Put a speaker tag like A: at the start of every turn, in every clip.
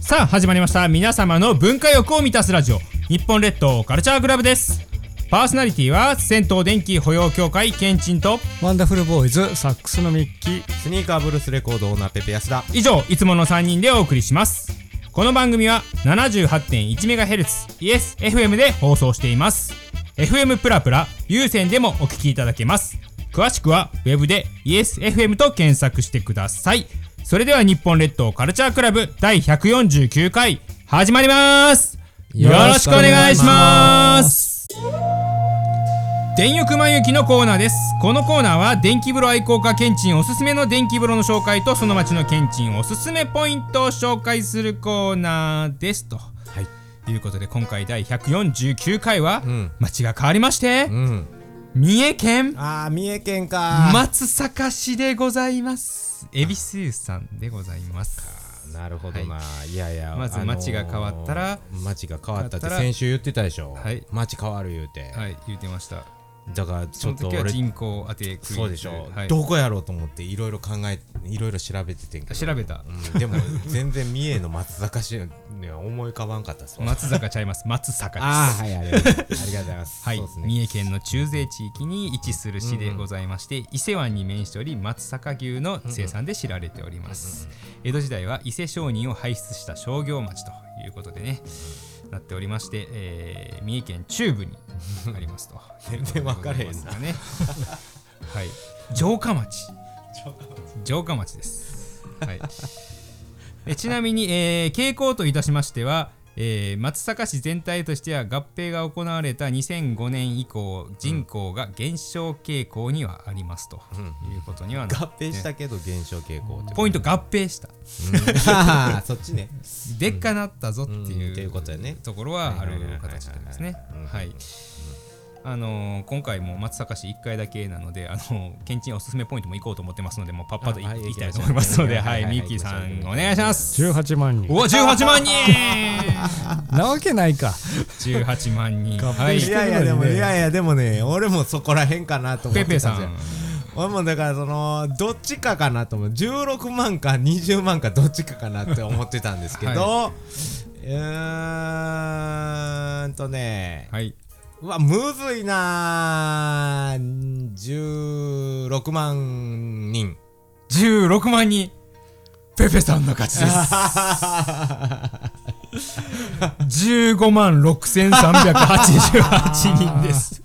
A: さあ始まりました皆様の文化欲を満たすラジオ日本列島カルチャークラブですパーソナリティは銭湯電気保養協会ケンチンと
B: ワンダフルボーイズサックスのミッキー
C: スニーカーブルースレコードオーナーペペ安田
A: 以上いつもの3人でお送りしますこの番組は 78.1MHz イエス FM で放送しています FM プラプラ有線でもお聞きいただけます詳しくはウェブでイエス FM と検索してくださいそれでは日本列島カルチャークラブ第149回始まりますよろしくお願いします電浴まゆきのコーナーですこのコーナーは電気風呂愛好家ケンチンおすすめの電気風呂の紹介とその町のケンチンおすすめポイントを紹介するコーナーですと、
C: はい
A: いうことで今回第149回は
C: ん
A: 町が変わりまして、
C: うん
A: 三重県
C: あー三重県か
A: 松阪市でございます恵比寿湯さんでございます
C: なるほどな、い、やいや
A: まず
C: あのー
A: 町が変わったら
C: 町が変わったって
A: 変わったら
C: 先週言ってたでしょ、
A: はい
C: 町変わる言うて、
A: はい言ってました
C: だからち
A: そ
C: ょ
A: の
C: っと
A: 時は
C: 俺
A: 人口当てクイズ
C: そうでしょ、
A: はい、
C: どこやろうと思っていろいろ考えいろいろ調べててんけど
A: 調べた
C: うんでも全然三重の松坂市には思い浮かばんかったっすわ
A: 松坂ちゃいます松阪です
C: ああはいありがとうございますありがとうございます
A: はい、
C: そうですね
A: 三重県の中西地域に位置する市でございまして、伊勢湾に面しており松阪牛の生産で知られております、江戸時代は伊勢商人を輩出した商業町ということでね、なっておりまして、えー三重県中部にありますと
C: 全然分かれへんな
A: ということでござい ますがねはい城下町城下町ですはい えちなみに、えー傾向といたしましては、えー松阪市全体としては合併が行われた2005年以降人口が減少傾向にはありますということにはな
C: 合併したけど減少傾向って
A: ポイント合併した
C: ああそっちね
A: でっかなったぞって
C: うんって
A: い
C: いううことやね
A: ところはある形になりますね
C: うん
A: はいあのー今回も松阪市1回だけなので、あのー、ケンチンおすすめポイントも行こうと思ってますのでもうパッパとい
C: あはい
A: 行きたいと思いますので
C: 行きま
A: は
C: し
A: い
C: ょうはい
A: ミッキーさんお願いします
B: 18万人
A: お18万 人
B: なわけないか
A: 18万人は
B: 合
A: い
B: 併
C: いやいやでもいやいやでもね俺もそこらへんかなと思
A: ペ
C: っ
A: ペ
C: て
A: さ
C: たんですよ
A: ん
C: 俺もだからそのどっちかかなと思う16万か20万かどっちかかなって思ってたんですけ ど、うーんとね、
A: はいう
C: わむずいなー16万人
A: 16万人ペペさんの勝ちです 15万6388人です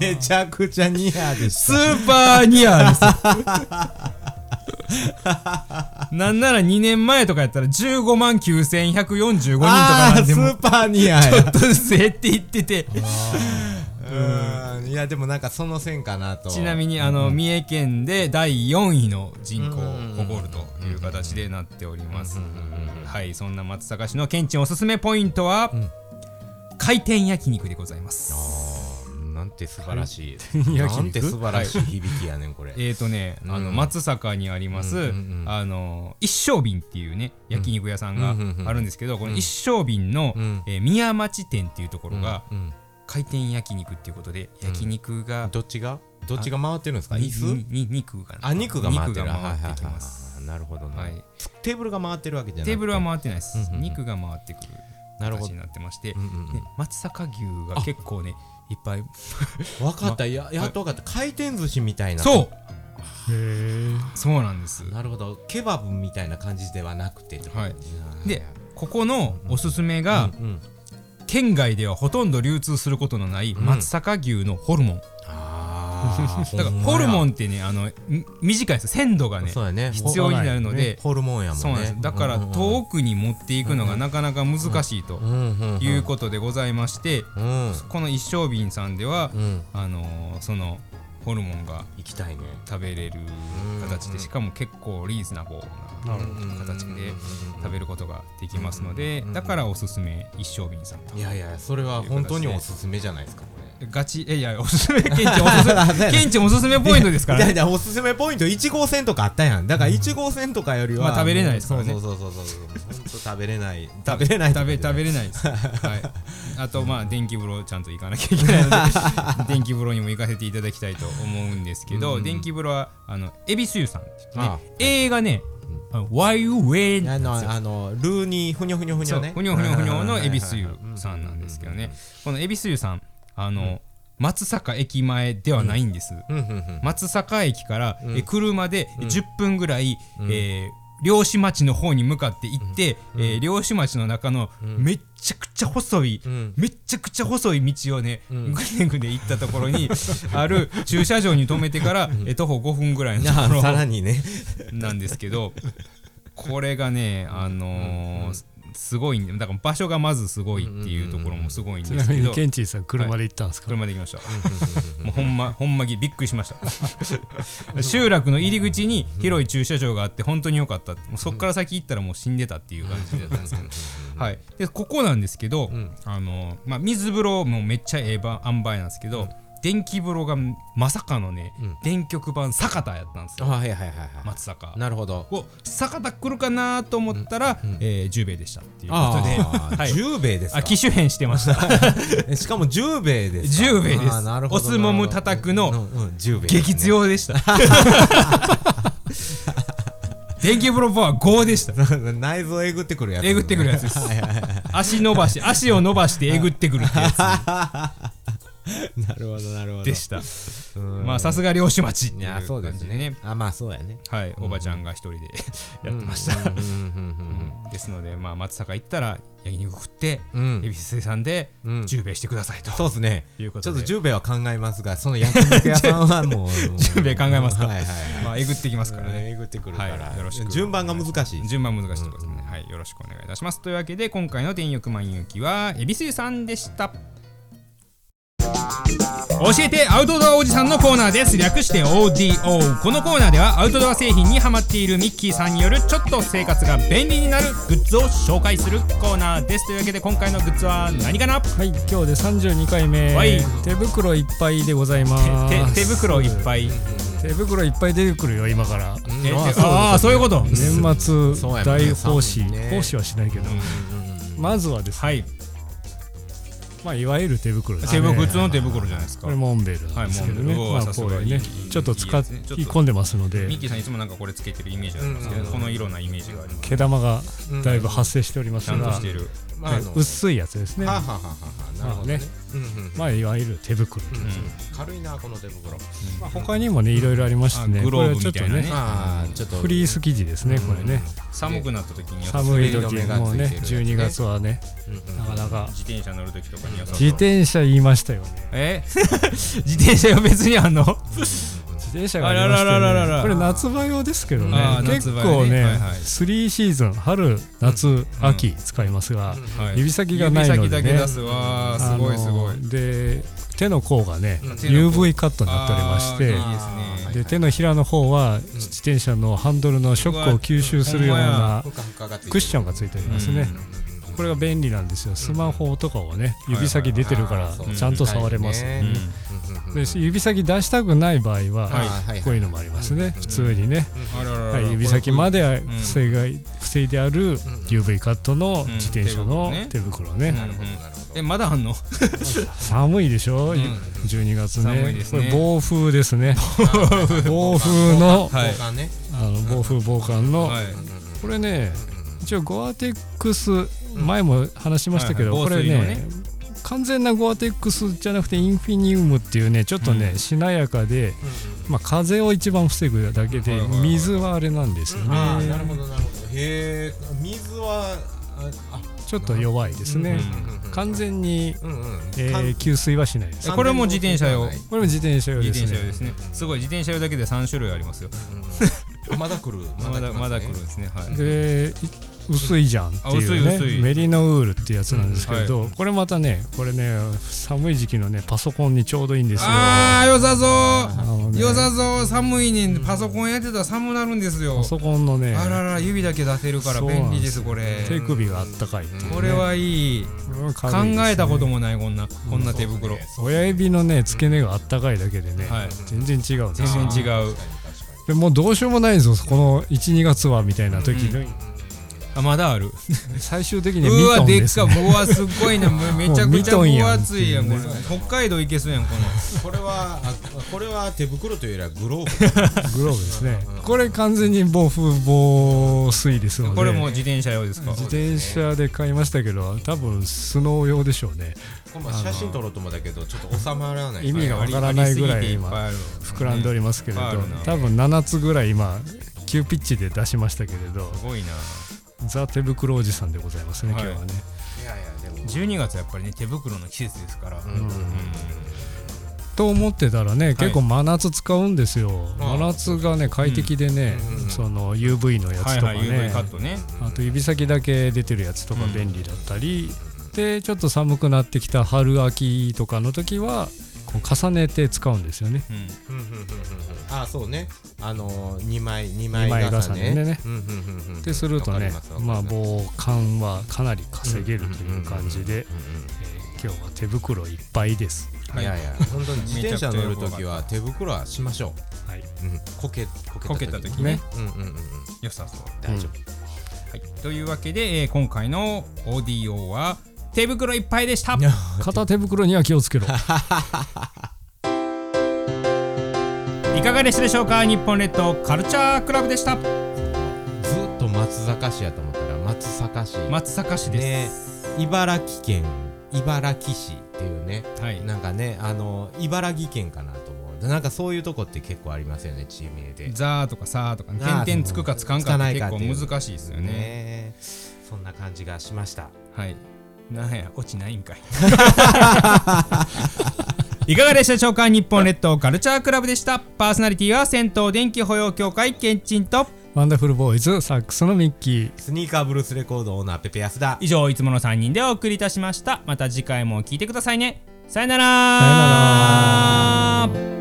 C: めちゃくちゃニアで
A: ス
C: す
A: ーパーニアですなんなら2年前とかやったら15万9145人とか
C: あ
A: な
C: ー
A: ん
C: ス
A: でも
C: ーパーニアや
A: ちょっとずつ減っていってて
C: うーんいやでもなんかその線かなと
A: ちなみにあの三重県で第4位の人口を
C: うん
A: 誇るという形でなっております
C: うんうんうん
A: はいそんな松阪市の県知おすすめポイントは回転焼肉でございます
C: なんて素晴らし
B: 肉
C: いなんて素晴らしい響きやねんこれ
A: えーとねあの
C: うん
A: 松阪にありま
C: うんう
A: す
C: んうん
A: あの一升瓶っていうね焼肉屋さんが
C: うんうんうんうん
A: あるんですけどこの一升瓶の
C: うん
A: えー宮町店っていうところが
C: うん
A: 回転焼肉っていうことで焼肉が
C: どっちがどっちが回ってるんですか
A: に
C: 椅子
A: に肉が
C: あ肉が回ってる
A: 肉が回ってきます
C: すなるほどね
A: はい
C: テーブルが回ってるわけじゃない
A: テーブルは回ってないです、
C: うんうんうん
A: 肉が回ってくる
C: なるほ
A: 形
C: ど
A: になってまして、
C: うんうんうん
A: で松阪牛が結構ねいっぱい
C: 分かったややっと分かった回転寿司みたいな
A: そうそうなんです
C: なるほどケバブみたいな感じではなくて
A: はいでここのおすすめが、
C: うんうん
A: 県外ではほとんど流通することのない松阪牛のホルモン、
C: あー
A: だからホルモ
C: ン
A: ンってねあのみ短いです鮮度がね
C: そうやね
A: 必要になるので
C: ホルモンやもんね
A: そうなんですだから遠くに持っていくのがなかなか難しいと
C: く
A: いうことでございまして、
C: うん
A: この一升瓶さんでは、
C: うん
A: あのーそのホルモンが
C: 行きたいね
A: 食べれる形でしかも結構リーズナブルな形で食べることができますのでだからおすすめ一升瓶さんと
C: い。やいやそれは本当におすすめじゃないですかこれ
A: ガチえいやおすすめケンチおす すめケンチおすすめポイントですから
C: いや
A: ね
C: いやおすすめポイント1号線とかあったやんだから1号線とかよりは
A: まあ食べれないですからね
C: そうそうそうそうそう本当食べれない食べれない
A: 食べ食べれないです、はい、あとまあ電気風呂ちゃんと行かなきゃいけないの で電気風呂にも行かせていただきたいと思うんですけど、電気風呂はあの恵比寿湯さんですね
C: ああ
A: 映画ねあの Why You Way
C: あのあのルーニーふにょふにょふに
A: そ
C: ょ
A: う
C: ね
A: ふにょふにょふにょの恵比寿
C: はいはいはいはい
A: さんなんですけどねこの恵比寿さんあの、松坂駅前ではないんです、
C: うんうんうん
A: 松坂駅から、え車で10分ぐらい、えー漁師町の方に向かって行って、えー漁師町の中のめっちゃくちゃ細い、
C: ん
A: めっちゃくちゃ細い道をね、ぐねぐね行ったところにある駐車場に停めてから、えー徒歩5分ぐらいのとこ
C: あ
A: ろ
C: さらにね
A: なんですけどこれがねあのーすごいんでだから場所がまずすごいっていうところもすごいん
B: ち
A: で
B: な
A: すけ
B: みに
A: ど
B: ケンチーさん車で行ったんですか、
A: 車で行きましたもうほんまほんまぎびっくりしました 集落の入り口に広い駐車場があって本当に良かったってもうそっから先行ったらもう死んでたっていう感じだったんですけどはい、でここなんですけど、あのまあ、水風呂もめっちゃええば塩梅なんですけど、電気風呂がまさかのね、電極版坂田やったんです
C: あ
A: よ
C: はいはいはいは
A: 松坂
C: いなるほど
A: を坂田来るかなと思ったら、えー、10米でしたっていうことで
C: ああ
A: はい
C: 10米です
A: あ
C: か
A: 機種変してました
C: えしかも10米ですか
A: 10米です
C: あーなるほど
A: おつもむ叩くの
C: うんうん10米ですね
A: 激強でした 電気風呂パワー5でした
C: 内臓えぐってくるやつ
A: えぐってくるやつ です足伸ばし足を伸ばしてえぐってくるってや
C: なるほどなるほど
A: つでした
C: うん
A: まあさすが漁師町って
C: い
A: いう
C: や
A: 感じ
C: そうです
A: でね
C: ねあまあそうやね
A: はいおばちゃんが一人でやってました
C: うんうん
A: ですのでまあ松坂行ったら焼肉食って
C: うんうんう
A: 恵
C: ん
A: 比寿さんで
C: うん
A: 10米してくださいと
C: そうですね
A: いうこ
C: ち
A: と
C: ょっ
A: で
C: と10米は考えますがその焼肉屋さんは もう
A: 10米考えますか
C: はいはい
A: まあえぐってきますから
C: はい
A: ね
C: えぐってくるから、
A: はいよろしく
C: 順番が難しい
A: 順番難しいところですね、はいよろしくお願いいたしますというわけで今回の「電浴満遊記」は恵比寿さんでした教えてアウトドアおじさんのコーナーです略して ODO このコーナーではアウトドア製品にハマっているミッキーさんによるちょっと生活が便利になるグッズを紹介するコーナーですというわけで今回のグッズは何かな
B: はい今日で32回目、
A: はい
B: 手袋いっぱいでございま
A: 手
B: す
A: 手袋いっぱい
B: 手袋いっぱい出てくるよ今から
A: え
C: あ
A: 手ああそういうこと
B: 年
C: そうや
B: 末
C: ね
B: 大奉仕
C: 寒いね
B: 奉仕はしないけど、まずはですね、
A: はい
B: まあ、いわゆる手袋です
A: 手
B: ね
A: 袋普通の手袋じゃないですか
B: これモンベルなんですけど
A: はいモンベ
B: ね、
A: ル
B: ま
A: うわ
B: あこういう
A: さ
B: ね
A: すがいい
B: ちょっと使い
A: いいですね
B: 込んでますの
A: ミッ
B: で
A: キーさんいつもなんかこれつけてるイメージありますけど、この色なイメージがあります
B: 毛玉がだいぶ発生しております
A: ちゃんと
B: が
A: してる
C: まああの
B: 薄いやつですね
C: はあはあはあはあなるほどね,、うんうんうん
B: まあいわゆる手袋、
C: 軽いなこの手袋、
B: まあ、他にもねいろいろありましてね
A: あグローブ
B: これはちょっと
A: みたいなね
C: まあちょっと
B: フリース生地ですねこれね、
A: 寒くなった時には
B: 寒い時
C: 滑り止めがついてる
B: もうね12月はね
C: うんうん
B: なかなか
A: 自転車乗る時とかには
B: 自転車言いましたよね
A: え自転車は別にあんの
B: 自転車がありまして、ね、
A: あららららら
B: これ夏場用ですけどね
A: あー
B: 結
A: 夏場
B: 構
A: 用ね
B: ね、
A: はいはい
B: 3シーズン春夏秋使いますが、指先がないので
A: 指先
B: ね
A: だけ出すわーすごいすごい
B: あので手の甲がね
C: うん
B: UV カットになっておりまして
A: あーいいですね
B: で手のひらの方は自転車のハンドルのショックを吸収するよう
A: う
B: な
C: ふかふかがついてる
B: クッションがついておりますねこれが便利なんですよスマホとかをね指先出てるから
C: あーそう
B: ちゃんと触れます
C: う
A: うんん
B: で指先出したくない場合
A: は
B: はこういうのもありますね普通にね
A: あらららら
B: はい指先まで
A: ん
B: 防が防いである UV カットの自転車の手袋ね
A: うんうんえまだあんの
B: 寒いでしょ、12月ね
A: 寒いですね
B: これ暴風で すね暴風の
A: はい
C: 交換ね
B: あの暴風防寒の、
A: はい
B: これね一応ゴアテックス前も話しましたけど、
A: はいはい
B: これ
A: 防
B: ね
A: 水の
B: 完全なゴアテックスじゃなくてインフィニウムっていうねちょっとね、しなやかで、まあ、風を一番防ぐだけで、
A: はいはいはい
B: 水はあれなんですよね、
C: ああなるほどなるほどへえ水はあ
B: ちょっと弱いですね、完全に、
C: あうんうん
B: えー給水はしないです
A: えこれも自転車用
B: これも自転車用
A: 自
B: ですね
A: 転車用ですねすごい自転車用だけで3種類ありますよ
C: あまだ来る
A: まだまだ来るん
C: ますね
A: ですねはい
B: でい薄いじゃんっていう
A: あ
B: ね
A: 薄い薄い
B: メリノウールってやつなんですけれど、
A: うん
B: これまたねこれね寒い時期のねパソコンにちょうどいいんですよ
A: あー良さ
B: あ
A: そ
B: の
A: う
B: ね
A: 良さそう寒いねんパソコンやってたら寒なるんですよ
B: パソコンのね
A: あらら指だけ出せるから
B: そうなん
A: 便利で
B: です
A: すこれ
B: 手首があったかいっていうね、
A: これはいい考
B: 軽いですね
A: えたこともないこんなこんな手袋
B: 親指のね付け根があったかいだけでね、
A: はい
B: 全然違うんですよ
A: 全然違う
B: でもうどうしようもないんですよこの12月はみたいな時に、
A: あまだある
B: 最終的にはミ
A: うわ
B: トン
A: で
B: で
A: っ
B: す、
A: か
B: ね、
A: ボアすっご いなめめちゃくちゃ
B: もうミトンやん
A: ボア熱いやんこれ北海道行けそうやんこの
C: これはあこれは手袋というよりはグローブ
B: グローブですねこれ完全に防風防水ですので
A: これもう自転車用ですか
B: 自転車で買いましたけど多分スノー用でしょうね
C: これまあ写真撮ろうと思ったけどちょっと収まらない
B: 意味がわからないぐらい今
A: ありすぎていっぱいある
B: 膨らんでおりますけれど、
A: ねいっぱいあるな
B: 多分7つぐらい今急ピッチで出しましたけれど
A: すごいな
B: ザ・手袋おじさんでございますね、
A: はい
B: 今日はね
C: いやいやでも
A: 12月やっぱりね手袋の季節ですから、うん
B: と思ってたらね結構真夏使うんですよ、
A: ああ
B: 真夏がね快適でね、その UV のや
A: は
B: つ
A: い
B: とか
A: はい
B: ね、
A: UV カットね
B: あと指先だけ出てるやつとか便利だったり、でちょっと寒くなってきた春秋とかの時はこう重ねて使うんですよね
A: うん
C: うんうんうんうんうんあそうねあの2枚2
B: 枚
C: 枚重
B: 重
C: ね
B: ねね
C: うんうんうんうん
B: ってすると
C: わか
B: ね
C: りすわかり
B: まあ
C: す
B: 防寒はかなり稼げるという感じで、えー今日は手袋いっぱいです、
A: はいい
C: やいや本当に自転車乗るときは手袋はしましょ
B: はい、
C: う、うん、こけ
A: こけた時ね
B: ね
C: うんうんうんうん
A: 良さそう
C: 大丈夫、
A: はい、というわけで、えー今回の ODO は手袋いっぱいでした
C: いや
B: 片手袋には気をつけろ
A: いかがでしたでしょうか日本列島カルチャークラブでした
C: ずっと松坂市やと思ったら松坂市
A: 松阪市です、
C: ね茨城県茨城市っていうね
A: はい
C: なんかねあの茨城県かなと思うなんかそういうとこって結構ありますよね地名で
A: ザーとかサーとかね
C: なあ
A: 点々つくかつかん
C: つ
A: か
C: か
A: っ
C: な
A: て
C: いか
A: 結
C: って
A: 構
C: いう
A: 難しいですよね
C: ねそんな感じがしました
A: はいなんや落ちないんかいいかがでしたでしょうか日本列島カルチャークラブでしたパーソナリティは銭湯電気保養協会けんちんと
B: ワンダフルボーイズサックスのミッキー
C: スニーカーブルースレコードオーナーペペヤスダ
A: 以上いつもの3人でお送りいたしましたまた次回も聞いてくださいねさよなら
B: さよなら
A: ら